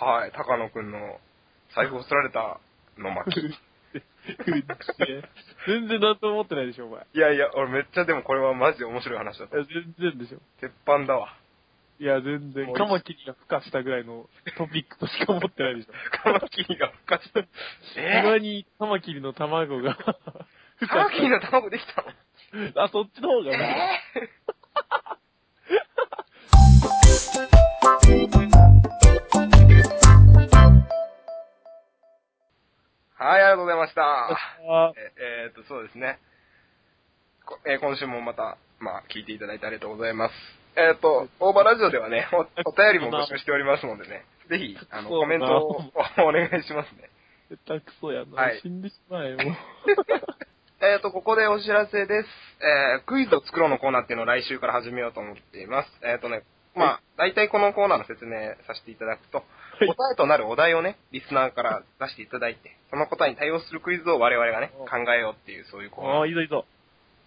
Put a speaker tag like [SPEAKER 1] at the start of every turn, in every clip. [SPEAKER 1] はい、高野くんの財布をすられたの巻。
[SPEAKER 2] 全然何とも思ってないでしょ、お前。い
[SPEAKER 1] いやいや、俺めっちゃでもこれはマジで面白い話だった。
[SPEAKER 2] や、全然でしょ。
[SPEAKER 1] 鉄板だわ。
[SPEAKER 2] いや、全然。カマキリが孵化したぐらいのトピックとしか思ってないでしょ。
[SPEAKER 1] カマキリが孵化した。
[SPEAKER 2] 庭
[SPEAKER 1] え
[SPEAKER 2] にカマキリの卵が
[SPEAKER 1] ー、
[SPEAKER 2] 孵化
[SPEAKER 1] カマキリの卵できたの
[SPEAKER 2] あ、そっちの方がね。
[SPEAKER 1] はい、ありがとうございました。
[SPEAKER 2] あ
[SPEAKER 1] ええーっと、そうですね。こえー今週もまた、まあ、聞いていただいてありがとうございます。えーっと、オーバーラジオではね、おお 便りも募集しておりますのでね、ぜひ、あの、
[SPEAKER 2] そう
[SPEAKER 1] コメン
[SPEAKER 2] だな
[SPEAKER 1] トをお願いします ね。
[SPEAKER 2] 下手くそやな。
[SPEAKER 1] はい
[SPEAKER 2] 死んでしまえよ。 もう
[SPEAKER 1] えー、と、ここでお知らせです。えー、クイズを作ろうのコーナーっていうのを来週から始めようと思っています。えっ、とね、まあ、大体このコーナーの説明させていただくと、
[SPEAKER 2] い
[SPEAKER 1] 答えとなるお題をね、リスナーから出していただいて、その答えに対応するクイズを我々がね、
[SPEAKER 2] お
[SPEAKER 1] 考えようっていう、そういうコー
[SPEAKER 2] あ
[SPEAKER 1] ナ
[SPEAKER 2] あ、
[SPEAKER 1] ー。
[SPEAKER 2] いいぞいいぞ。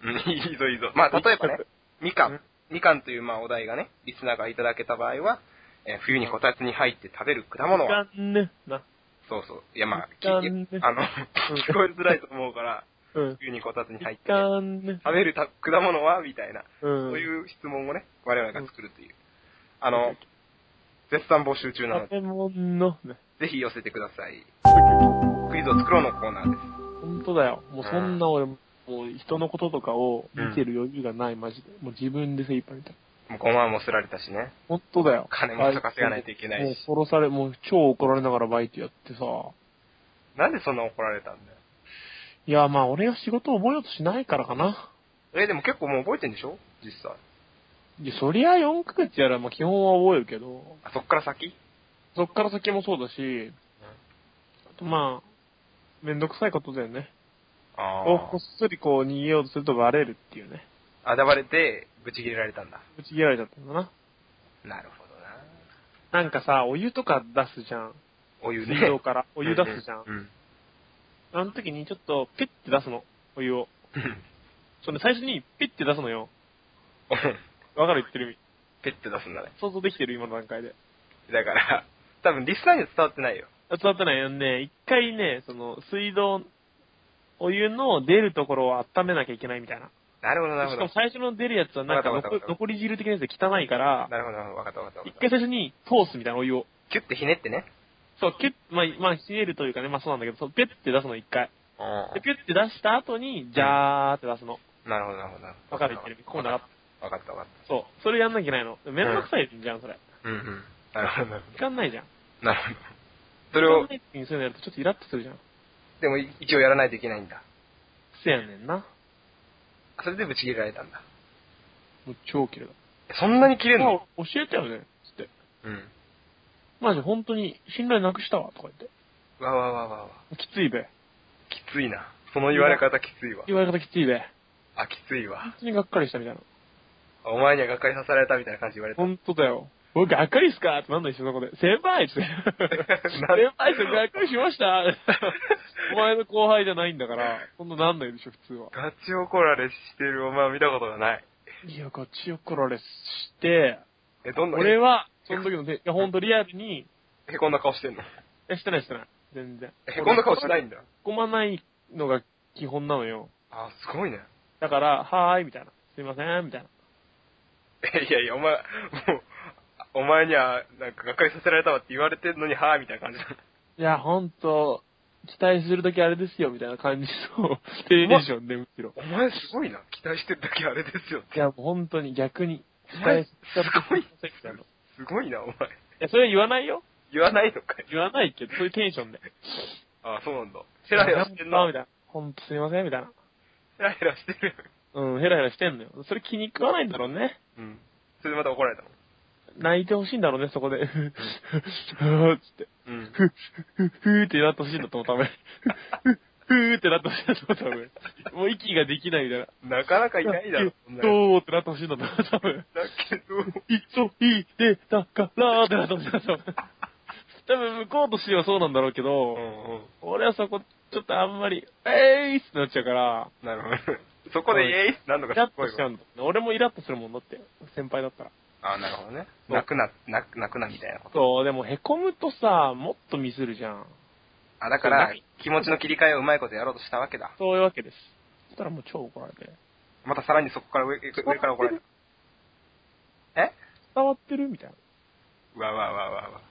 [SPEAKER 1] うんいいぞいいぞ。まあ、例えばね、みか
[SPEAKER 2] うんん、
[SPEAKER 1] みかんというまあお題がね、リスナーからいただけた場合は、えー冬にこたつに入って食べる果物は、
[SPEAKER 2] いかんね。な。
[SPEAKER 1] そうそう、いやまあ、
[SPEAKER 2] み
[SPEAKER 1] き
[SPEAKER 2] か
[SPEAKER 1] あの、
[SPEAKER 2] んね
[SPEAKER 1] 聞こえづらいと思うから、
[SPEAKER 2] うん。
[SPEAKER 1] 冬にこたつに入っ
[SPEAKER 2] い
[SPEAKER 1] て、
[SPEAKER 2] かんね。
[SPEAKER 1] 食べるた果物はみたいな、
[SPEAKER 2] うん。
[SPEAKER 1] そう
[SPEAKER 2] う。
[SPEAKER 1] いう質問をね、我々が作るという。あの、絶賛募集中なの
[SPEAKER 2] 食
[SPEAKER 1] で、
[SPEAKER 2] べ物ね。
[SPEAKER 1] ぜひ寄せてください。クイズを作ろうのコーナーです。
[SPEAKER 2] 本当だよ。もうそんな俺、もう人のこととかを見てる余裕がない、マジで。もう自分で精一杯みたいな。
[SPEAKER 1] もう5万もすられたしね。
[SPEAKER 2] 本当だよ。
[SPEAKER 1] 金も稼がないといけないし。
[SPEAKER 2] もう殺され、もう超怒られながらバイトやってさ。
[SPEAKER 1] なんでそんな怒られたんだよ。
[SPEAKER 2] いや、まあ俺が仕事を覚えようとしないからかな。
[SPEAKER 1] え、でも結構もう覚えてんでしょ実際。
[SPEAKER 2] いや、そりゃ4ヶ月やら、まあ基本は覚えるけど、
[SPEAKER 1] あ、そっから先
[SPEAKER 2] そっから先もそうだし、あとまあ、めんどくさいことだよね。
[SPEAKER 1] あ
[SPEAKER 2] こうこっそりこう逃げようとするとバレるっていうね。
[SPEAKER 1] あ。あだばれて、ぶち切れられたんだ。
[SPEAKER 2] ぶち切られちゃったんだな。
[SPEAKER 1] なるほどな。
[SPEAKER 2] なんかさ、お湯とか出すじゃん。
[SPEAKER 1] お湯ね。
[SPEAKER 2] 水道から。お湯出すじゃん
[SPEAKER 1] う。ん。
[SPEAKER 2] あの時にちょっと、ピッて出すの。お湯を。
[SPEAKER 1] うん
[SPEAKER 2] それ最初にピッて出すのよ。わかる言ってる意味。
[SPEAKER 1] ペッて出すんだね。
[SPEAKER 2] 想像できてる今の段階で。
[SPEAKER 1] だから、多分リスナーには伝わってないよ。
[SPEAKER 2] あ伝わってないよね。一回ね、その、水道、お湯の出るところを温めなきゃいけないみたいな。
[SPEAKER 1] なるほど、なる
[SPEAKER 2] し
[SPEAKER 1] ほ
[SPEAKER 2] かも
[SPEAKER 1] ど。
[SPEAKER 2] 最初の出るやつはなんか
[SPEAKER 1] わかったわ
[SPEAKER 2] 残
[SPEAKER 1] かった
[SPEAKER 2] 残り汁的なやつで汚いから、
[SPEAKER 1] なるほど、なるほど。わかった、わかった。わか
[SPEAKER 2] 一
[SPEAKER 1] った
[SPEAKER 2] 回最初に通すみたいなお湯を。
[SPEAKER 1] キュッてひねってね。
[SPEAKER 2] そう、キュッ、まあ、まあ、冷えるというかね、まあそうなんだけど、そうピュッて出すの一回。で、ピュッて出した後に、ジャーって出すの。
[SPEAKER 1] なるほど、なるほど。
[SPEAKER 2] わかる言ってる。こうなかっ。
[SPEAKER 1] わかった、わかった
[SPEAKER 2] そう。それやんなきゃいけないの。めんどくさいじゃん、それ。
[SPEAKER 1] た。うんうん。なるほど、なる
[SPEAKER 2] 時間ないじゃん。
[SPEAKER 1] ほど。なるほど。そ
[SPEAKER 2] 時
[SPEAKER 1] れを
[SPEAKER 2] 間な、い時にそういうのやるとちょっとイラッとするじゃん。
[SPEAKER 1] でも一応やらないといけないんだ。
[SPEAKER 2] 癖やねんな。
[SPEAKER 1] それでブチ切れられたんだ。
[SPEAKER 2] もう超キレだ。
[SPEAKER 1] そんなに切れん
[SPEAKER 2] まあ
[SPEAKER 1] の、
[SPEAKER 2] 教えたよね、つって。
[SPEAKER 1] うん。
[SPEAKER 2] マジ本当に信頼なくしたわ、とか言って。
[SPEAKER 1] わわわわわ。
[SPEAKER 2] きついべ。
[SPEAKER 1] きついな。その言われ方きついわ。
[SPEAKER 2] 言われ方きついべ。
[SPEAKER 1] あ、きつい
[SPEAKER 2] 本
[SPEAKER 1] わ。
[SPEAKER 2] 当にがっかりしたみたいな。
[SPEAKER 1] お前にはがっかりさせられたみたいな感じ言われた。
[SPEAKER 2] 本当だよ。僕、がっかりっすかってなんだ一緒の子で。先輩っ つって。先輩っつって、がっかりしましたお前の後輩じゃないんだから、そんななんないでしょ、普通は。
[SPEAKER 1] ガチ怒られしてるお前を見たことがない。
[SPEAKER 2] いや、ガチ怒られして、
[SPEAKER 1] え、どんな
[SPEAKER 2] 俺は、その時のね、いや、ほんとリアルに、い
[SPEAKER 1] へこんだ顔してんの
[SPEAKER 2] や、してないしてない。全然。。
[SPEAKER 1] へこんだ顔しないいんだ。
[SPEAKER 2] へこまないのが基本なのよ。
[SPEAKER 1] あ、すごいね。
[SPEAKER 2] だから、はーい、みたいな。すいません、みたいな。
[SPEAKER 1] えいやいや、お前、もう、お前には、なんか、がっかりさせられたわって言われてんのに、はぁ、みたいな感じだ。
[SPEAKER 2] いや、ほんと、期待するときあれですよ、みたいな感じの テンションで、むしろ。
[SPEAKER 1] お前すごいな。期待してるだけあれですよって。
[SPEAKER 2] いや、もう本当に逆に。
[SPEAKER 1] お前、すごい。
[SPEAKER 2] 期待するい
[SPEAKER 1] すごいな、お前。
[SPEAKER 2] や、それは言わないよ。
[SPEAKER 1] 言わないのかい。
[SPEAKER 2] 言わないけど、そういうテンションで。
[SPEAKER 1] あそうなんだ。ヘラヘラしてんな。
[SPEAKER 2] みたいな。ほんとすいません、みたいな。
[SPEAKER 1] ヘラヘラしてる。
[SPEAKER 2] うん、ヘラヘラしてんのよ。それ気に食わないんだろうね。
[SPEAKER 1] うん。それでまた怒られたの。
[SPEAKER 2] 泣いてほしいんだろうね、そこで。ふっ、ふっ、つって。
[SPEAKER 1] うん。
[SPEAKER 2] ふっ、ふっ、ふーってなってほしいんだと思う、多分。ふっ、ふーってなってほしいんだと思う、多分。もう息ができないみたいな。
[SPEAKER 1] なかなかいないだろ、そんなや
[SPEAKER 2] どうってなってほしいんだと思う、多分。
[SPEAKER 1] つだけど、
[SPEAKER 2] 急いでたからーってなってほしいんだと思う。 多分、向こうとしてはそうなんだろうけど、
[SPEAKER 1] うんうん。
[SPEAKER 2] 俺はそこ、ちょっとあんまり、えーいってなっちゃうから、
[SPEAKER 1] なるほど。そこで、イエーイなんのか
[SPEAKER 2] イラ
[SPEAKER 1] す
[SPEAKER 2] ッ
[SPEAKER 1] ご
[SPEAKER 2] と
[SPEAKER 1] い
[SPEAKER 2] しちゃ
[SPEAKER 1] わ。
[SPEAKER 2] うんだ。俺もイラッとするもんだって、先輩だったら。
[SPEAKER 1] ああ、なるほどね。
[SPEAKER 2] そう
[SPEAKER 1] 泣くな、泣く、泣くなみたいなこと。
[SPEAKER 2] そう、でもへこむとさ、もっとミスるじゃん。
[SPEAKER 1] あ、だか
[SPEAKER 2] そ
[SPEAKER 1] ら
[SPEAKER 2] う泣、
[SPEAKER 1] 気持ちの切り替えをうまいことやろうとしたわけだ。
[SPEAKER 2] そういうわけです。そしたらもう超怒られて。
[SPEAKER 1] またさらにそこから上、上上から怒られる。え
[SPEAKER 2] 伝わってるみたいな。
[SPEAKER 1] うわうわうわうわうわ。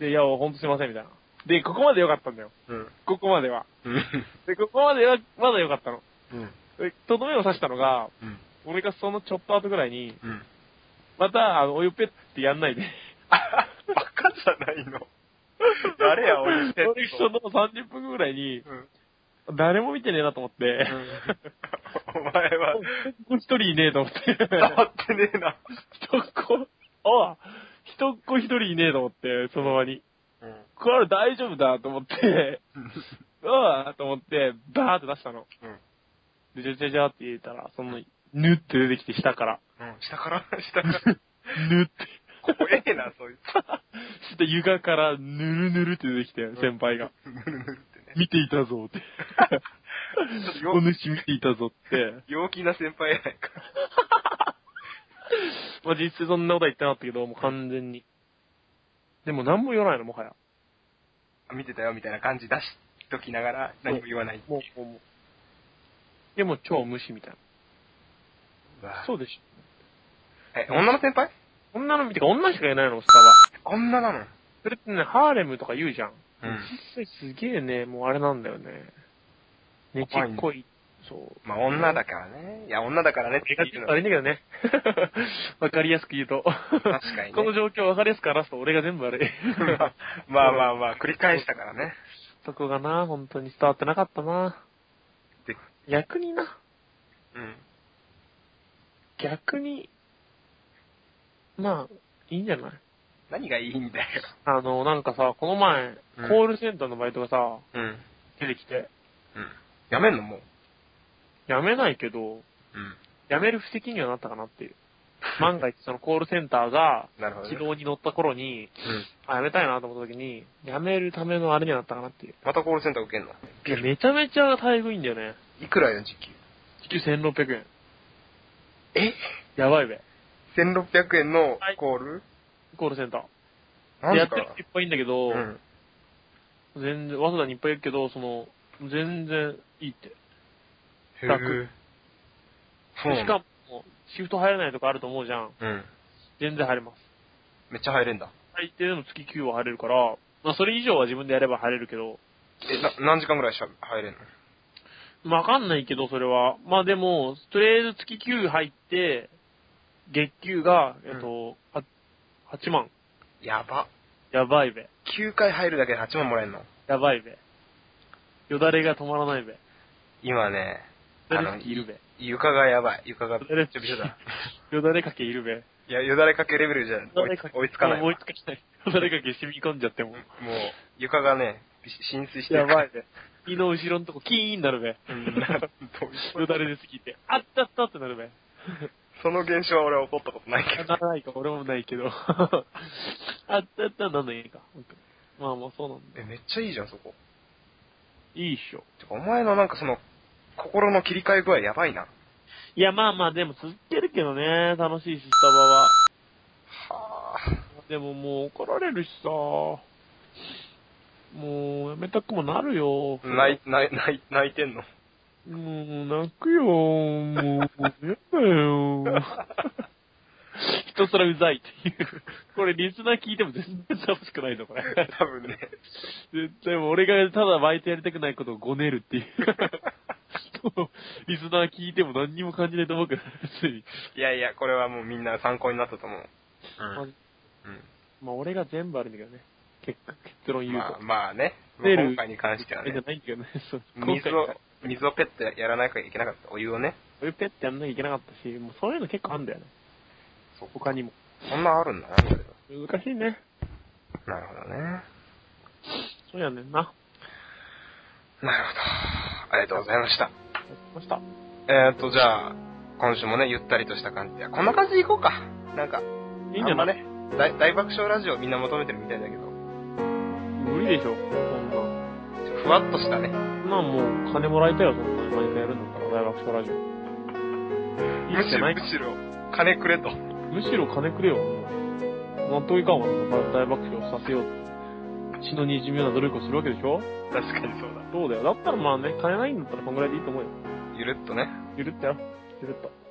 [SPEAKER 2] で、いや、ほんとすいません、みたいな。で、ここまで良かったんだよ。
[SPEAKER 1] うん。
[SPEAKER 2] ここまでは。
[SPEAKER 1] うん。
[SPEAKER 2] で、ここまでは、まだ良かったの。
[SPEAKER 1] うん。
[SPEAKER 2] でとどめを刺したのが、
[SPEAKER 1] うん。
[SPEAKER 2] 俺がそのちょっと後ぐらいに、
[SPEAKER 1] うん。
[SPEAKER 2] また、あの、お湯ペッってやんないで。
[SPEAKER 1] あ バカじゃないの。誰や、俺って。
[SPEAKER 2] 俺その30分ぐらいに、
[SPEAKER 1] うん。
[SPEAKER 2] 誰も見てねえなと思って、
[SPEAKER 1] お前は、
[SPEAKER 2] 一人いねえと思って、
[SPEAKER 1] 伝わってねえな。
[SPEAKER 2] 人っ子、あ人っ子一人いねえと思って、その場に。
[SPEAKER 1] うん。
[SPEAKER 2] これ大丈夫だと思って、ああと思って、バーって出したの。
[SPEAKER 1] うん。
[SPEAKER 2] で、じゃじゃじゃって入れたら、その、ぬって出てきて下 から。
[SPEAKER 1] うん。下から、下から。
[SPEAKER 2] ぬって。
[SPEAKER 1] 怖えな、そういう。
[SPEAKER 2] そ して床からぬるぬるって出てきて、 先輩が。
[SPEAKER 1] ぬるぬるってね。
[SPEAKER 2] 見ていたぞって。
[SPEAKER 1] ちょっとよ
[SPEAKER 2] お主見ていたぞって。
[SPEAKER 1] 陽気な先輩やないか。
[SPEAKER 2] まあ実際そんなことは言ってなかったけど、もう完全に。でも何も言わないの、もはや。
[SPEAKER 1] あ見てたよ、みたいな感じ出しときながら、何も言わない。
[SPEAKER 2] もう、もう。でも超無視みたいな。
[SPEAKER 1] うわ
[SPEAKER 2] そうでし
[SPEAKER 1] え、女の先輩
[SPEAKER 2] ょ。女の見てか女しかいないの、スタは。
[SPEAKER 1] 女なの
[SPEAKER 2] それってね、ハーレムとか言うじゃん。
[SPEAKER 1] うん。
[SPEAKER 2] 実際すげえね、もうあれなんだよね。ねちっこい。そう。
[SPEAKER 1] まあ、女だからね。いや、女だからねって
[SPEAKER 2] あ
[SPEAKER 1] 言うの
[SPEAKER 2] れだけ どね。わかりやすく言うと。確
[SPEAKER 1] かにね
[SPEAKER 2] この状況わかりやすく表すと俺が全部 悪い。
[SPEAKER 1] まあまあまあ、繰り返したからね。
[SPEAKER 2] そこがな、本当に伝わってなかったな
[SPEAKER 1] で。
[SPEAKER 2] 逆にな。
[SPEAKER 1] うん。
[SPEAKER 2] 逆に、まあ、いいんじゃない
[SPEAKER 1] 何がいいんだよ。
[SPEAKER 2] あの、なんかさ、この前、
[SPEAKER 1] うん
[SPEAKER 2] コールセンターのバイトがさ、
[SPEAKER 1] うん。うん。
[SPEAKER 2] 出てきて、
[SPEAKER 1] やめんのもう。
[SPEAKER 2] 辞めないけど、
[SPEAKER 1] うん。
[SPEAKER 2] 辞める布石にはなったかなっ ていう。万が一そのコールセンターが、
[SPEAKER 1] なるほど、
[SPEAKER 2] 軌
[SPEAKER 1] ね。
[SPEAKER 2] 道に乗った頃に、
[SPEAKER 1] うん。
[SPEAKER 2] あ、辞めたいなと思った時に、辞めるためのあれにはなったかなっていう。
[SPEAKER 1] またコールセンター受けんの
[SPEAKER 2] いや、めちゃめちゃ待遇いいんだよね。
[SPEAKER 1] いくらよ、時給。
[SPEAKER 2] 時給1600円。
[SPEAKER 1] え
[SPEAKER 2] やばいべ。
[SPEAKER 1] ?1600 円の
[SPEAKER 2] はい
[SPEAKER 1] コール、
[SPEAKER 2] コールセンター。
[SPEAKER 1] なん
[SPEAKER 2] でや
[SPEAKER 1] で
[SPEAKER 2] っ
[SPEAKER 1] か
[SPEAKER 2] てる人いっぱいいんだけど、
[SPEAKER 1] うん。
[SPEAKER 2] 全然、早稲田にいっぱいいるけど、その、全然いいって。
[SPEAKER 1] へ
[SPEAKER 2] 楽
[SPEAKER 1] ーそうな
[SPEAKER 2] し
[SPEAKER 1] ん
[SPEAKER 2] かも、シフト入れないとかあると思うじゃん。
[SPEAKER 1] うん。
[SPEAKER 2] 全然入れます。
[SPEAKER 1] めっちゃ入れんだ。
[SPEAKER 2] 最低でも月9は入れるから、まあそれ以上は自分でやれば入れるけど、
[SPEAKER 1] え、な、何時間ぐらいしゃ入れんの
[SPEAKER 2] まあわかんないけど、それは。まあでも、とりあえず月9入って、月給が、えっと、は8万。
[SPEAKER 1] やば。
[SPEAKER 2] やばいべ。
[SPEAKER 1] 9回入るだけで8万もらえんの
[SPEAKER 2] やばいべ。よだれが止まらないべ。
[SPEAKER 1] 今ね、
[SPEAKER 2] よ
[SPEAKER 1] あ
[SPEAKER 2] だ
[SPEAKER 1] の
[SPEAKER 2] れかけいるべ。
[SPEAKER 1] 床がやばい。床が
[SPEAKER 2] よ
[SPEAKER 1] び
[SPEAKER 2] だれ
[SPEAKER 1] しょびしょだ。
[SPEAKER 2] よだれかけいるべ。よ
[SPEAKER 1] いや、よだれかけレベルじゃ
[SPEAKER 2] だ
[SPEAKER 1] 追
[SPEAKER 2] れ
[SPEAKER 1] い
[SPEAKER 2] かけ
[SPEAKER 1] 追いつかない。
[SPEAKER 2] 追
[SPEAKER 1] もう
[SPEAKER 2] いつかない。よだれかけ染み込んじゃっても。
[SPEAKER 1] 床がね、びし浸水して
[SPEAKER 2] や
[SPEAKER 1] る
[SPEAKER 2] ばいべ。胃の後ろのとこキーンなるべ。
[SPEAKER 1] うんなどうしよう
[SPEAKER 2] よだれ出すぎて、あったったってなるべ。
[SPEAKER 1] その現象は俺は起こったことないけど。
[SPEAKER 2] ならないか、俺もない けど。あったったなんないか。本当にまあまあそうなんだ
[SPEAKER 1] え、
[SPEAKER 2] よ。
[SPEAKER 1] めっちゃいいじゃん、そこ。
[SPEAKER 2] いいっしょ。
[SPEAKER 1] てかお前のなんかその、心の切り替え具合やばいな。
[SPEAKER 2] いやまあまあ、でも続けるけどね、楽しいし、スタバは。
[SPEAKER 1] は
[SPEAKER 2] でももう怒られるしさ、もうやめたくもなるよ。
[SPEAKER 1] ぁ。泣い、泣い、泣い泣いてんの。
[SPEAKER 2] もう泣くよ、もう、やだ よ。ひたすらうざいっていう。これリスナー聞いても全然楽しくないの、これ。
[SPEAKER 1] 多分ね。
[SPEAKER 2] 絶対もう俺がただバイトやりたくないことをごねるっていう。リスナー聞いても何にも感じないと思うから、別に。
[SPEAKER 1] いやいや、これはもうみんな参考になったと思う。うん。
[SPEAKER 2] ままあ俺が全部あるんだけどね。結果、結論
[SPEAKER 1] うん
[SPEAKER 2] 言うと。
[SPEAKER 1] まあ、まあね。
[SPEAKER 2] 出る
[SPEAKER 1] 今回に関しては
[SPEAKER 2] えじゃ
[SPEAKER 1] ね、
[SPEAKER 2] ないんだけどね。 そう今
[SPEAKER 1] 水
[SPEAKER 2] 回
[SPEAKER 1] を、水をペッてやらなきゃいけなかった。お湯をね。
[SPEAKER 2] そういうペッてやんなきゃいけなかったし、もうそういうの結構あるんだよね。
[SPEAKER 1] そう
[SPEAKER 2] 他にも。
[SPEAKER 1] そんなあるんだな、これ
[SPEAKER 2] 難しいね。
[SPEAKER 1] なるほどね。
[SPEAKER 2] そうやねんな。
[SPEAKER 1] なるほど。ありがとうございました。
[SPEAKER 2] やりました。
[SPEAKER 1] えーと、じゃあ、今週もね、ゆったりとした感じで、こんな感じでいこうか。なんか、
[SPEAKER 2] いいんじゃない、
[SPEAKER 1] あんまね大、大爆笑ラジオみんな求めてるみたいだけど、
[SPEAKER 2] 無理でしょ、そんな。
[SPEAKER 1] ふわっとしたね。
[SPEAKER 2] そんなんもう金もらいたいよ、そんな毎回やるんだったら、大学生ラジオ。いい
[SPEAKER 1] む
[SPEAKER 2] ん
[SPEAKER 1] し
[SPEAKER 2] じゃな
[SPEAKER 1] ろ、
[SPEAKER 2] い
[SPEAKER 1] むしろ、金くれと。
[SPEAKER 2] むしろ金くれよ、もう。納得いかんわ、大爆笑させよう。血の滲むような努力をするわけでしょ
[SPEAKER 1] 確かにそうだ。
[SPEAKER 2] そうだよ。だったらまあね、金ないんだったらこんぐらいでいいと思うよ。
[SPEAKER 1] ゆるっとね。
[SPEAKER 2] ゆるってやろう。ゆるっと。